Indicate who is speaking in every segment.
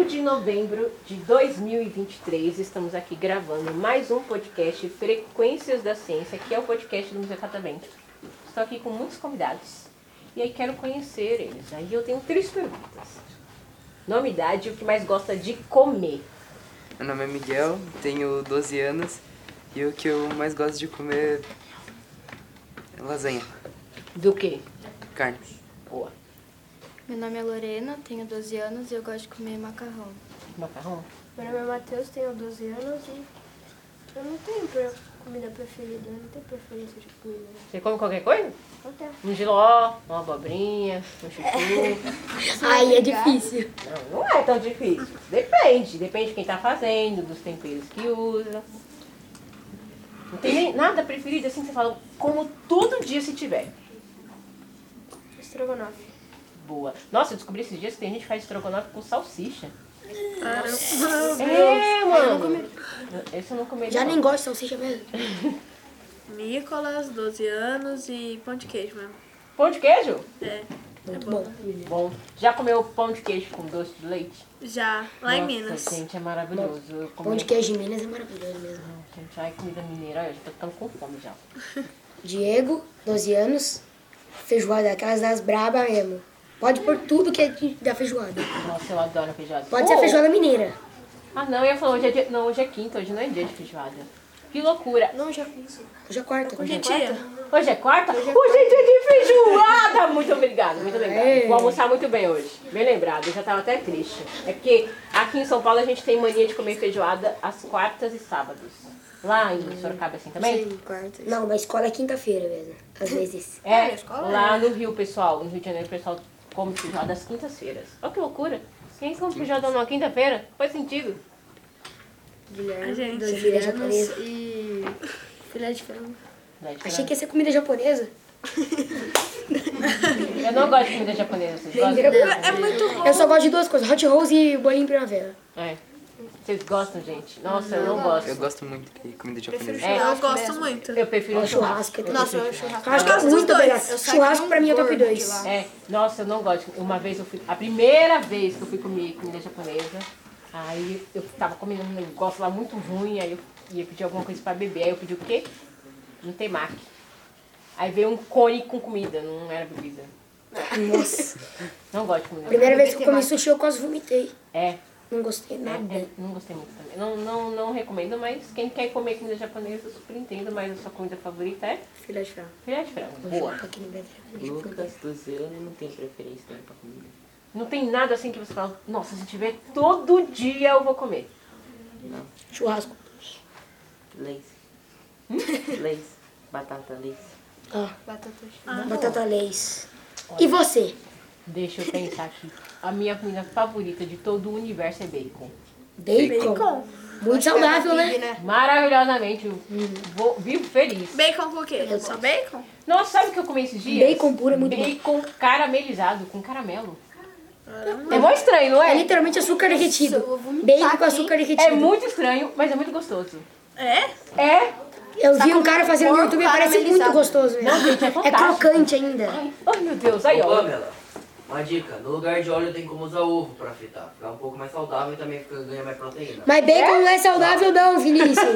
Speaker 1: 1 de novembro de 2023, estamos aqui gravando mais um podcast Frequências da Ciência, que é o podcast do Museu Catavento. Estou aqui com muitos convidados e aí quero conhecer eles. Aí eu tenho três perguntas. Nome, idade e o que mais gosta de comer.
Speaker 2: Meu nome é Miguel, tenho 12 anos e o que eu mais gosto de comer é lasanha,
Speaker 1: Do que?
Speaker 2: carne.
Speaker 1: Boa.
Speaker 3: Meu nome é Lorena, tenho 12 anos e eu gosto de comer macarrão.
Speaker 1: Macarrão?
Speaker 4: Meu nome é Matheus, tenho 12 anos e eu não tenho pre- comida preferida, eu não tenho preferência de comida.
Speaker 1: Você come qualquer coisa?
Speaker 4: Não tenho.
Speaker 1: Um giló, uma abobrinha, um chuchu.
Speaker 3: Aí é difícil.
Speaker 1: Não, não é tão difícil. Depende. Depende de quem tá fazendo, dos temperos que usa. Não tem nem nada preferido assim que você fala, como todo dia se tiver.
Speaker 4: Estrogonofe.
Speaker 1: Boa. Nossa, eu descobri esses dias que tem gente que faz estrogonofe com salsicha. É, mano. Esse eu não comi.
Speaker 5: Já
Speaker 1: não.
Speaker 5: nem gosto de salsicha mesmo.
Speaker 6: Nicolas, 12 anos e pão de queijo mesmo.
Speaker 1: Pão de queijo?
Speaker 6: É, é
Speaker 5: Bom,
Speaker 6: bom.
Speaker 1: Bom. Já comeu pão de queijo com doce de leite?
Speaker 6: Já, lá em
Speaker 1: Nossa,
Speaker 6: Minas.
Speaker 1: Gente, é maravilhoso. Eu comi-
Speaker 5: pão de queijo de Minas é maravilhoso mesmo.
Speaker 1: Gente, ai, comida mineira, eu já tô ficando com fome já.
Speaker 5: Diego, 12 anos, feijoada, aquelas das braba mesmo. Pode pôr tudo que é de- da feijoada.
Speaker 1: Nossa, eu adoro feijoada.
Speaker 5: Pode ser
Speaker 1: Oh!
Speaker 5: a feijoada mineira.
Speaker 1: Ah, não, eu ia falar, hoje é, dia- não, hoje é quinta, hoje não é dia de feijoada. Que loucura.
Speaker 4: Não, já fiz.
Speaker 5: Hoje é quarta.
Speaker 6: Hoje é dia.
Speaker 1: Hoje é quarta? Hoje é, dia de feijoada! Muito obrigada, muito obrigada.
Speaker 5: Aê.
Speaker 1: Vou almoçar muito bem hoje. Bem lembrado, eu já tava até triste. É porque aqui em São Paulo a gente tem mania de comer feijoada às quartas e sábados. Lá em Sorocaba é assim também?
Speaker 3: quarto.
Speaker 5: Não, na escola é quinta-feira mesmo. Às vezes.
Speaker 1: É, lá no Rio, pessoal, no Rio de Janeiro, o pessoal come feijoada às quintas-feiras. Olha que loucura. Quem come feijoada numa quinta-feira? Faz sentido.
Speaker 3: Guilherme,
Speaker 6: A gente.
Speaker 3: 12
Speaker 5: Filé
Speaker 3: anos
Speaker 5: japonês.
Speaker 3: e filé de frango.
Speaker 5: Achei que ia ser comida japonesa.
Speaker 1: Eu não gosto de comida japonesa, vocês gostam?
Speaker 6: É muito bom.
Speaker 5: Eu só gosto de duas coisas, hot rolls e bolinho primavera.
Speaker 1: É. Vocês gostam, gente? Nossa, eu
Speaker 5: Uhum.
Speaker 1: não gosto.
Speaker 2: Eu gosto muito de comida japonesa.
Speaker 1: É.
Speaker 6: Eu gosto muito.
Speaker 1: Eu prefiro um
Speaker 5: Churrasco.
Speaker 1: churrasco.
Speaker 5: é tudo. Nossa,
Speaker 6: Eu
Speaker 5: churrasco
Speaker 6: gosto
Speaker 5: é
Speaker 6: dos
Speaker 5: muito
Speaker 6: dois.
Speaker 5: melhor. Churrasco
Speaker 4: um
Speaker 5: pra mim é top 2.
Speaker 1: É, nossa, eu não gosto. Uma vez eu fui. A primeira vez que eu fui comer comida japonesa, aí eu tava comendo um negócio lá muito ruim, aí eu ia pedir alguma coisa pra beber. Aí eu pedi o quê? Um temaki. Aí veio um cone com comida, não era bebida.
Speaker 5: Nossa.
Speaker 1: Não gosto de comida.
Speaker 5: Primeira vez que eu comi sushi eu quase vomitei.
Speaker 1: É, é,
Speaker 5: Não gostei nada.
Speaker 1: é, não gostei muito também. Não, não, não recomendo, mas quem quer comer comida japonesa, eu super entendo, mas a sua comida favorita é
Speaker 3: Filé de frango.
Speaker 1: filé de frango.
Speaker 5: Boa. Aqui no Brasil.
Speaker 7: Lucas, 12 anos, não tem preferência né, pra comida.
Speaker 1: Não tem nada assim que você fala, nossa, se tiver todo dia eu vou comer.
Speaker 5: Churrasco.
Speaker 7: Leis. Leis. Batata, leis.
Speaker 5: Ah,
Speaker 4: Batata frita.
Speaker 5: batata leis. E você?
Speaker 1: Deixa eu pensar aqui. A minha comida favorita de todo o universo é bacon.
Speaker 5: Bacon. Muito
Speaker 1: é
Speaker 5: saudável, né?
Speaker 1: Maravilhosamente, eu vou, vivo feliz.
Speaker 6: Bacon com o quê? Só bacon?
Speaker 1: Nossa, sabe o que eu comi esses dias?
Speaker 5: Bacon puro é muito bom.
Speaker 1: Bacon caramelizado com caramelo. É mó estranho, não
Speaker 5: É
Speaker 1: é?
Speaker 5: literalmente açúcar derretido. Bacon com açúcar derretido.
Speaker 1: É muito estranho, mas é muito gostoso.
Speaker 6: É?
Speaker 1: É?
Speaker 5: Eu vi um cara fazendo no YouTube e parece muito gostoso mesmo.
Speaker 1: Não, gente, é
Speaker 5: é
Speaker 1: fantástico. É.
Speaker 5: crocante ainda.
Speaker 1: Ai, ai, meu Deus, aí
Speaker 7: Ô,
Speaker 1: ó.
Speaker 7: Pamela, uma dica. No lugar de óleo tem como usar ovo pra fritar. Ficar um pouco mais saudável e também fica, ganha mais proteína.
Speaker 5: Mas bacon não é saudável não, Vinícius.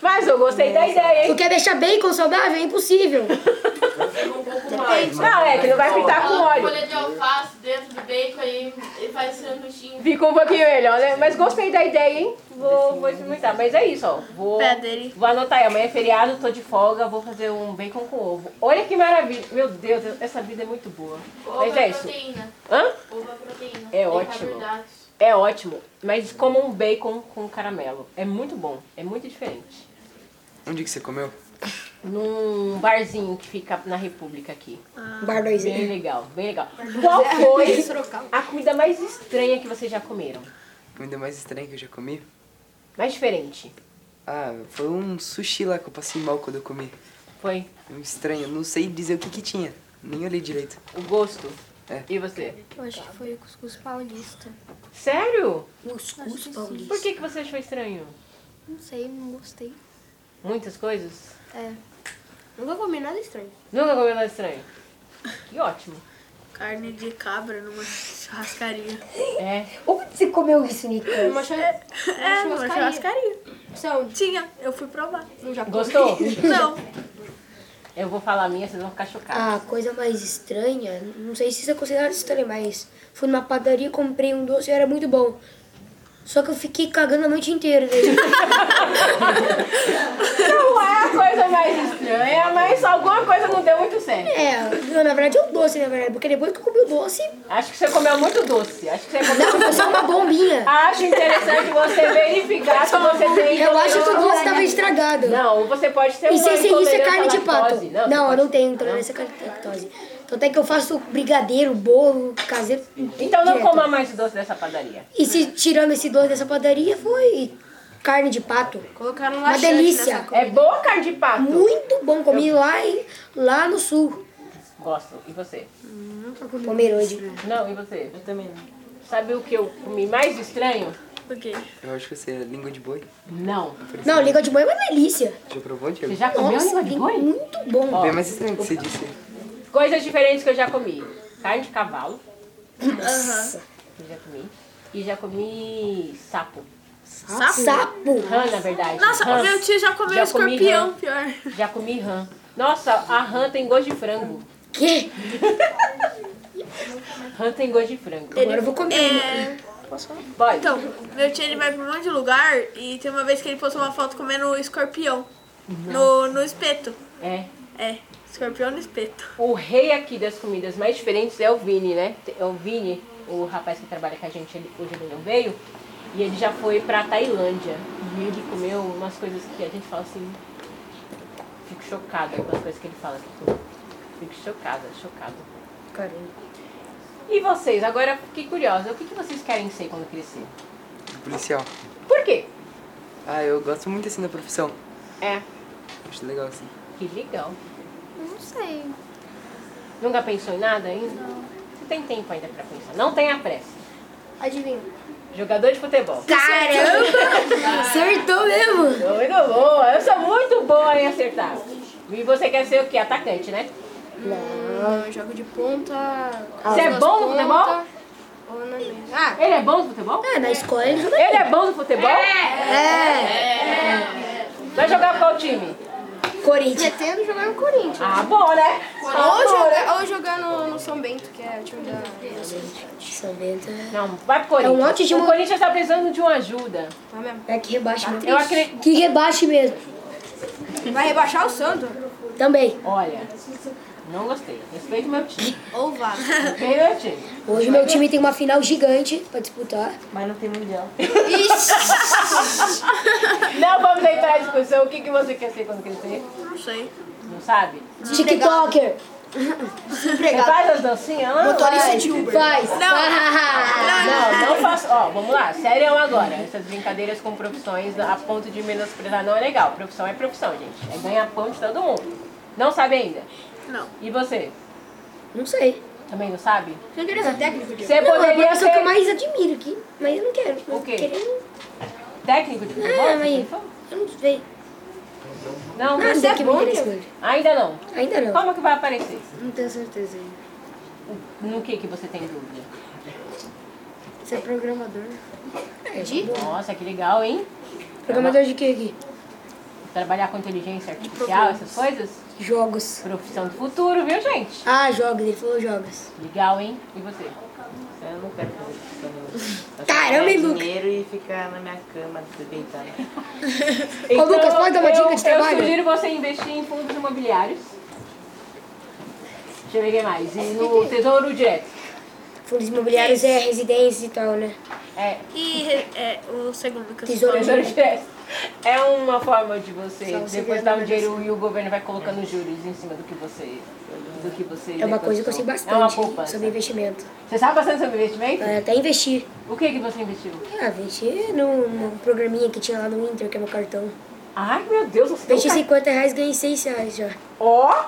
Speaker 1: Mas eu gostei da ideia,
Speaker 5: tu
Speaker 1: hein?
Speaker 5: quer deixar bacon saudável? É impossível.
Speaker 7: Então fica um pouco mais. mas
Speaker 1: Não, é que não vai fritar com óleo.
Speaker 8: folha de alface dentro do bacon aí e faz sanduichinho.
Speaker 1: Ficou um pouquinho melhor, né? Mas gostei da ideia, hein? Vou, vou experimentar. Mas é isso, ó. Vou,
Speaker 6: Pedra.
Speaker 1: vou anotar aí. Amanhã é feriado, tô de folga, vou fazer um bacon com ovo. Olha que maravilha. Meu Deus, essa vida é muito boa.
Speaker 8: Ovo
Speaker 1: Mas é isso.
Speaker 8: proteína.
Speaker 1: Hã?
Speaker 8: Ovo é proteína.
Speaker 1: É
Speaker 8: Tem
Speaker 1: ótimo.
Speaker 8: carboidratos.
Speaker 1: É ótimo. Mas como um bacon com caramelo. É muito bom. É muito diferente.
Speaker 2: Onde Um que você comeu?
Speaker 1: Num barzinho que fica na República aqui.
Speaker 5: Um Bar dois.
Speaker 1: Bem legal, bem legal. Qual foi a comida mais estranha que vocês já comeram?
Speaker 2: Comida mais estranha que eu já comi?
Speaker 1: Mais diferente?
Speaker 2: Ah, foi um sushi lá que eu passei mal quando eu comi.
Speaker 1: Foi
Speaker 2: Um Estranho, não sei dizer o que que tinha. Nem olhei direito.
Speaker 1: o gosto.
Speaker 2: É.
Speaker 1: E você?
Speaker 3: Eu acho que foi o cuscuz paulista.
Speaker 1: Sério?
Speaker 5: Cuscuz
Speaker 1: Por
Speaker 5: paulista.
Speaker 1: que, que você achou estranho?
Speaker 3: Não sei, não gostei.
Speaker 1: Muitas coisas?
Speaker 3: É.
Speaker 4: Nunca comi nada estranho.
Speaker 1: Nunca comeu nada estranho? Que ótimo.
Speaker 6: Carne de cabra numa churrascaria.
Speaker 1: É.
Speaker 5: Onde você comeu isso, Nicolas?
Speaker 4: Uma churrascaria.
Speaker 6: É, numa churrascaria.
Speaker 4: São
Speaker 6: Tinha, eu fui provar.
Speaker 4: no Japão.
Speaker 1: Gostou?
Speaker 6: Não,
Speaker 1: Eu vou falar a minha, vocês vão ficar chocados.
Speaker 5: A Ah, coisa mais estranha, não sei se isso é considerado estranho, mas fui numa padaria, comprei um doce e era muito bom. Só que eu fiquei cagando a noite inteira. né? Daí.
Speaker 1: Não é a coisa mais estranha, mas alguma coisa não deu muito certo.
Speaker 5: é, não, na verdade é o doce, na verdade, porque depois que eu comi o doce,
Speaker 1: Acho que você comeu muito doce. Acho que você comeu...
Speaker 5: não, foi só uma bombinha.
Speaker 1: Acho interessante você verificar se você tem...
Speaker 5: Eu acho que o doce tava estragado.
Speaker 1: Não, você pode ter
Speaker 5: E
Speaker 1: uma
Speaker 5: sem ser isso é carne de pato.
Speaker 1: intolerância à
Speaker 5: Não,
Speaker 1: lactose. você
Speaker 5: eu
Speaker 1: pode-
Speaker 5: não tenho intolerância à carne de lactose. Então até que eu faço brigadeiro, bolo, caseiro.
Speaker 1: Então não
Speaker 5: direto.
Speaker 1: coma mais o doce dessa padaria.
Speaker 5: E se tirando esse doce dessa padaria foi carne de pato.
Speaker 4: Colocaram
Speaker 5: Uma
Speaker 4: laxante
Speaker 5: delícia.
Speaker 1: É boa carne de pato?
Speaker 5: Muito bom. Comi lá, em, lá no sul.
Speaker 1: Gosto. E você?
Speaker 5: Comer hoje.
Speaker 1: Não, e você? Eu também não. Sabe o que eu comi mais estranho?
Speaker 6: porque
Speaker 2: Eu acho que você é língua de boi.
Speaker 1: Não.
Speaker 5: Não, língua de boi é uma delícia.
Speaker 2: Já provou, Diego?
Speaker 1: Você já comeu língua de
Speaker 5: bem-
Speaker 1: boi?
Speaker 5: muito bom.
Speaker 1: Ó.
Speaker 2: Bem mais estranho que você disse.
Speaker 1: Coisas diferentes que eu já comi. Carne de cavalo. Eu já comi. E já comi sapo.
Speaker 5: Sapo. Sapo.
Speaker 1: Rã, na verdade.
Speaker 6: Nossa,
Speaker 1: rã.
Speaker 6: meu tio já comeu
Speaker 1: Já comi né?
Speaker 6: escorpião,
Speaker 1: rã.
Speaker 6: pior.
Speaker 1: Já comi rã. Nossa, a rã tem gosto de frango.
Speaker 5: Quê?
Speaker 1: Rã tem gosto de frango.
Speaker 5: Agora eu vou comer.
Speaker 6: É,
Speaker 1: Pode.
Speaker 6: então, meu tio ele vai pra um monte de lugar e tem uma vez que ele postou uma foto comendo escorpião no, no espeto.
Speaker 1: É.
Speaker 6: É, escorpião no espeto.
Speaker 1: O rei aqui das comidas mais diferentes é o Vini, né? É o Vini, o rapaz que trabalha com a gente, ele, hoje ele não veio. E ele já foi pra Tailândia. E ele comeu umas coisas que a gente fala assim. Fico chocada com as coisas que ele fala. Fico chocada, chocada.
Speaker 5: é Caramba.
Speaker 1: E vocês, agora fiquei curiosa, o que, que vocês querem ser quando crescer?
Speaker 2: Policial.
Speaker 1: Por quê?
Speaker 2: Ah, eu gosto muito assim da profissão.
Speaker 1: É.
Speaker 2: Acho legal assim.
Speaker 1: Que legal.
Speaker 3: Não sei.
Speaker 1: Nunca pensou em nada ainda? Não. Você tem tempo ainda pra pensar. Não tenha pressa.
Speaker 4: Adivinha.
Speaker 1: Jogador de futebol.
Speaker 5: Acertou mesmo.
Speaker 1: Muito boa, eu sou muito boa em acertar. E você quer ser o quê? Atacante, né?
Speaker 5: Ah,
Speaker 4: Não, eu jogo de ponta.
Speaker 1: Você é bom no futebol?
Speaker 4: Ou na mesa. Ah,
Speaker 1: Ele é bom no futebol?
Speaker 5: É, na escola ele joga.
Speaker 1: Ele é bom no futebol? É! Vai jogar qual time?
Speaker 5: Corinthians.
Speaker 4: pretendo jogar no Corinthians.
Speaker 1: Ah, bom, né?
Speaker 4: Ou jogar, ou jogar no, no São Bento, que é o time da.
Speaker 5: São Bento é-
Speaker 1: Não, vai pro Corinthians.
Speaker 5: É um monte de
Speaker 1: O
Speaker 5: mo-
Speaker 1: Corinthians tá precisando de uma ajuda.
Speaker 4: Tá mesmo?
Speaker 5: é que rebaixe mesmo.
Speaker 1: Eu acredito.
Speaker 5: Que rebaixe mesmo.
Speaker 4: Vai rebaixar o Santos?
Speaker 5: Também.
Speaker 1: Olha, não gostei. Respeito meu time.
Speaker 4: Ou vai?
Speaker 1: Respeito meu time.
Speaker 5: Hoje meu time tem uma final gigante pra disputar.
Speaker 9: Mas não tem mundial.
Speaker 1: Não vamos entrar em discussão. O que, que você quer ser quando crescer?
Speaker 6: Não sei.
Speaker 1: Não sabe?
Speaker 5: TikToker.
Speaker 1: Você faz as dancinhas lá?
Speaker 5: Motorista de Uber. Faz. Ah,
Speaker 1: Não, não faço. Ó, vamos lá, sério agora. Essas brincadeiras com profissões a ponto de menosprezar não é legal. Profissão é profissão, gente. É ganhar pão de todo mundo. Não sabe ainda?
Speaker 6: Não.
Speaker 1: E você?
Speaker 5: Não sei.
Speaker 1: Também não sabe?
Speaker 4: Você queria ser técnico, Diego?
Speaker 1: Você
Speaker 5: Não, é a
Speaker 1: poderia
Speaker 5: profissão que eu
Speaker 1: ser
Speaker 5: mais admiro aqui. Mas eu não quero.
Speaker 1: O quê?
Speaker 5: Querendo-
Speaker 1: técnico de futebol?
Speaker 5: É,
Speaker 1: você
Speaker 5: mas- Ah, é
Speaker 1: pensou?
Speaker 5: um- Eu não sei.
Speaker 1: Não, é
Speaker 5: Não sei o que me interessa hoje.
Speaker 1: ainda não.
Speaker 5: Ainda não.
Speaker 1: Como que vai aparecer?
Speaker 9: Não tenho certeza ainda.
Speaker 1: No que que você tem dúvida?
Speaker 9: Você é programador?
Speaker 5: É,
Speaker 1: Nossa, que legal, hein?
Speaker 5: Programador de quê aqui?
Speaker 1: Trabalhar com inteligência artificial, essas coisas?
Speaker 5: Jogos.
Speaker 1: Profissão do futuro, viu, gente?
Speaker 5: Ah, jogos. Ele falou jogos.
Speaker 1: Legal, hein? E você? Eu não quero fazer
Speaker 5: Caramba, hein, Lucas?
Speaker 9: Dinheiro e ficar na minha cama deitado.
Speaker 1: Então,
Speaker 5: Lucas, pode dar uma dica de
Speaker 1: eu-
Speaker 5: trabalho?
Speaker 1: Eu sugiro você investir em fundos imobiliários. Deixa eu ver quem mais. E no Tesouro Direto.
Speaker 5: Fundos imobiliários é residência e tal, né?
Speaker 1: É,
Speaker 6: E é, o segundo que eu
Speaker 5: Tesouro
Speaker 1: Tesouro
Speaker 5: direto.
Speaker 1: Direto. É uma forma de
Speaker 5: Só
Speaker 1: você
Speaker 5: você
Speaker 1: depositar
Speaker 5: ganhar
Speaker 1: um dinheiro e o governo vai colocando juros em cima do que você. Do que você
Speaker 5: É uma coisa que eu
Speaker 1: depositou.
Speaker 5: sei bastante
Speaker 1: É uma poupança.
Speaker 5: sobre investimento.
Speaker 1: Você sabe bastante sobre investimento?
Speaker 5: Ah, Até investir.
Speaker 1: O que, que você investiu?
Speaker 5: Ah, investi num num programinha que tinha lá no Inter, que é meu cartão.
Speaker 1: Ai, meu Deus, você
Speaker 5: Investi
Speaker 1: tem um
Speaker 5: 50 reais, ganhei 6 reais já.
Speaker 1: Tá Ó!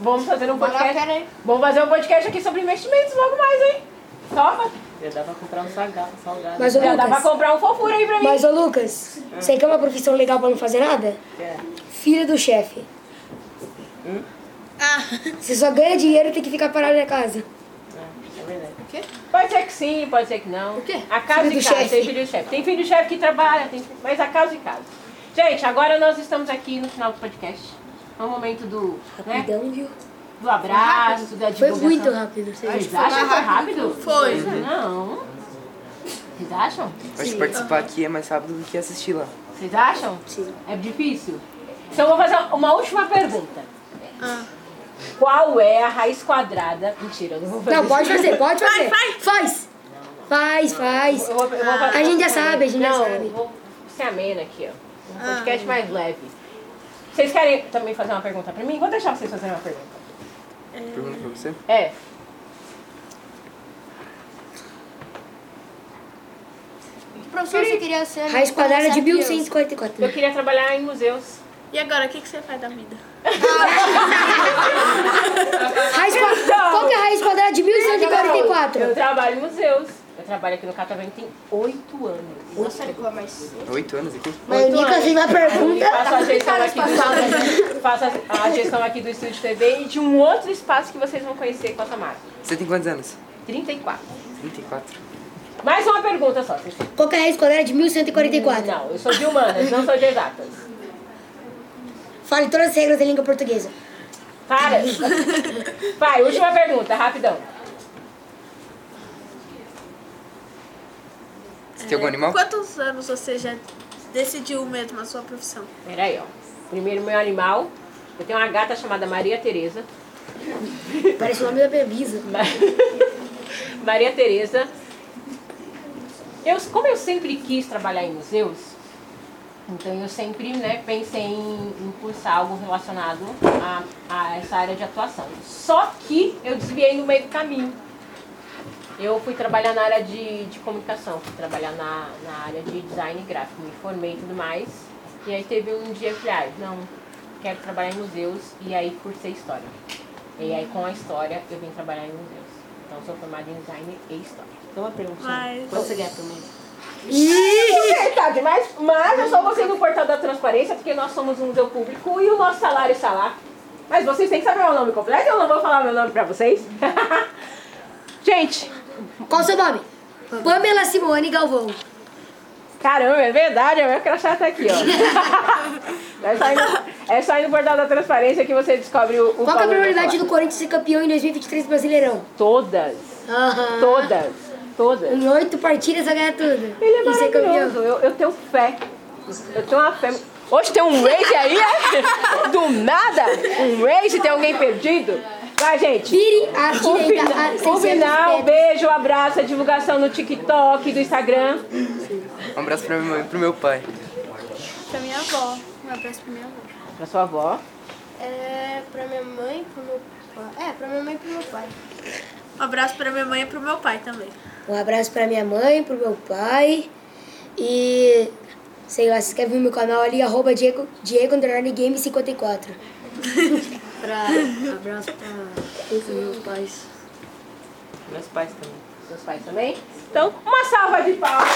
Speaker 1: Vamos fazer um
Speaker 4: Bora,
Speaker 1: podcast. um
Speaker 4: pera aí.
Speaker 1: Vamos fazer um podcast aqui sobre investimentos logo mais, hein? Topa?
Speaker 9: Já dá pra comprar um salgado. salgado.
Speaker 5: Mas, ô
Speaker 1: Já dá pra
Speaker 5: Lucas,
Speaker 1: comprar um fofura aí pra mim.
Speaker 5: mas, ô Lucas, você quer uma profissão legal pra não fazer nada?
Speaker 9: É.
Speaker 5: Filha do chefe.
Speaker 1: Hum?
Speaker 5: Você só ganha dinheiro e tem que ficar parado na casa.
Speaker 9: É, é verdade.
Speaker 1: Pode ser que sim, pode ser que não. O
Speaker 5: quê?
Speaker 1: A casa de
Speaker 5: Filho do
Speaker 1: casa,
Speaker 5: chefe.
Speaker 1: tem filho de chefe. Tem filho de chefe que trabalha, tem... mas a casa de casa. Gente, agora nós estamos aqui no final do podcast. É o momento do, né,
Speaker 5: Rapidão, viu?
Speaker 1: do abraço, da
Speaker 5: Foi
Speaker 1: divulgação.
Speaker 5: muito rápido. Vocês
Speaker 1: Vocês acham que foi rápido?
Speaker 6: Foi.
Speaker 1: Não. Vocês acham?
Speaker 2: Acho que participar aqui é mais rápido do que assistir lá.
Speaker 1: Vocês acham?
Speaker 5: Sim.
Speaker 1: É difícil? Então eu vou fazer uma última pergunta.
Speaker 5: Ah.
Speaker 1: Qual é a raiz quadrada? Mentira, eu não vou fazer.
Speaker 5: Não, pode
Speaker 1: isso.
Speaker 5: fazer, pode fazer. Faz! Faz, faz.
Speaker 1: Eu vou- eu vou fazer
Speaker 5: A gente já
Speaker 1: outra
Speaker 5: sabe, a gente já
Speaker 1: não,
Speaker 5: sabe.
Speaker 1: eu vou ser amena aqui, ó. Um podcast mais leve. Vocês querem também fazer uma pergunta pra mim? Vou deixar vocês fazerem uma pergunta.
Speaker 2: Pergunta pra você.
Speaker 1: É.
Speaker 3: Professor, você queria ser
Speaker 5: Raiz quadrada de 1144.
Speaker 1: Eu queria trabalhar em museus.
Speaker 6: E agora, o que, que você faz da vida?
Speaker 5: Raiz qua- Qual que é a raiz quadrada de
Speaker 1: Então. Eu
Speaker 5: 1144?
Speaker 1: trabalho em museus. Eu trabalho aqui no Catavento tem oito anos.
Speaker 5: Então,
Speaker 1: Nossa,
Speaker 2: Oito anos aqui?
Speaker 5: Mas
Speaker 1: Oito
Speaker 5: Nica
Speaker 1: anos.
Speaker 5: fez uma pergunta.
Speaker 1: Faço a gestão aqui do faço a- a gestão aqui do Estúdio TV e de um outro espaço que vocês vão conhecer com a Samara.
Speaker 2: Você tem quantos anos?
Speaker 1: 34.
Speaker 2: 34.
Speaker 1: Mais uma pergunta só. vocês-
Speaker 5: Qual que é a raiz quadrada de 1144?
Speaker 1: Não, eu sou de humanas, não sou de exatas.
Speaker 5: Fale todas as regras da língua portuguesa.
Speaker 1: Para! Vai, última pergunta, rapidão.
Speaker 2: Você tem algum animal?
Speaker 6: Quantos anos você já decidiu mesmo a sua profissão?
Speaker 1: Peraí, ó. Primeiro, meu animal. Eu tenho uma gata chamada Maria Tereza.
Speaker 5: Parece o nome da bebisa.
Speaker 1: Ma- Maria Tereza. Eu, como eu sempre quis trabalhar em museus, então eu sempre né, pensei em, em cursar algo relacionado a, a essa área de atuação. Só que eu desviei no meio do caminho. Eu fui trabalhar na área de, de comunicação, fui trabalhar na, na área de design gráfico, me formei e tudo mais. E aí teve um dia que eu falei, ah, não, quero trabalhar em museus, e aí cursei história. E aí com a história eu vim trabalhar em museus. Então sou formada em design e história.
Speaker 9: Então, uma pergunta.
Speaker 6: Mas-
Speaker 9: Quanto você ganha por mês?
Speaker 1: É verdade, mas, mas eu só vocês no portal da transparência, porque nós somos um museu público e o nosso salário está lá. Mas vocês têm que saber o nome completo, eu não vou falar meu nome pra vocês. Gente,
Speaker 5: Qual o seu nome? Pamela Simone Galvão.
Speaker 1: Caramba, é verdade, o meu crachá tá aqui, ó. é, só ir no, é só ir no portal da transparência que você descobre o. o
Speaker 5: Qual que é a
Speaker 1: valor
Speaker 5: probabilidade
Speaker 1: da
Speaker 5: do Corinthians ser campeão em 2023 Brasileirão?
Speaker 1: placa. Todas.
Speaker 5: Aham.
Speaker 1: Todas. Todas.
Speaker 5: Em oito partidas vai ganhar tudo.
Speaker 1: Ele é
Speaker 5: E ser campeão.
Speaker 1: maravilhoso. Eu, eu tenho fé. Eu tenho uma fé. Hoje tem um race aí, é? Do nada? Um race, tem alguém perdido? Vai, gente.
Speaker 5: Vire à
Speaker 1: O
Speaker 5: direita a
Speaker 1: final, o
Speaker 5: 600
Speaker 1: final,
Speaker 5: metros.
Speaker 1: beijo, abraço, a divulgação no TikTok, do Instagram.
Speaker 2: Um abraço pra minha mãe e pro meu pai.
Speaker 4: Pra minha avó. Um abraço pra minha avó.
Speaker 1: Pra sua avó.
Speaker 4: É pra minha mãe e pro meu pai. É, pra minha mãe e pro meu pai.
Speaker 6: Um abraço pra minha mãe e pro meu pai também.
Speaker 5: Um abraço pra minha mãe, pro meu pai. E sei lá, se inscreve no meu canal ali, arroba Diego, Diego Underline Game 54.
Speaker 9: Abraço pra todos os meus pais. Meus pais também.
Speaker 1: Seus pais também. Então, uma salva de palmas.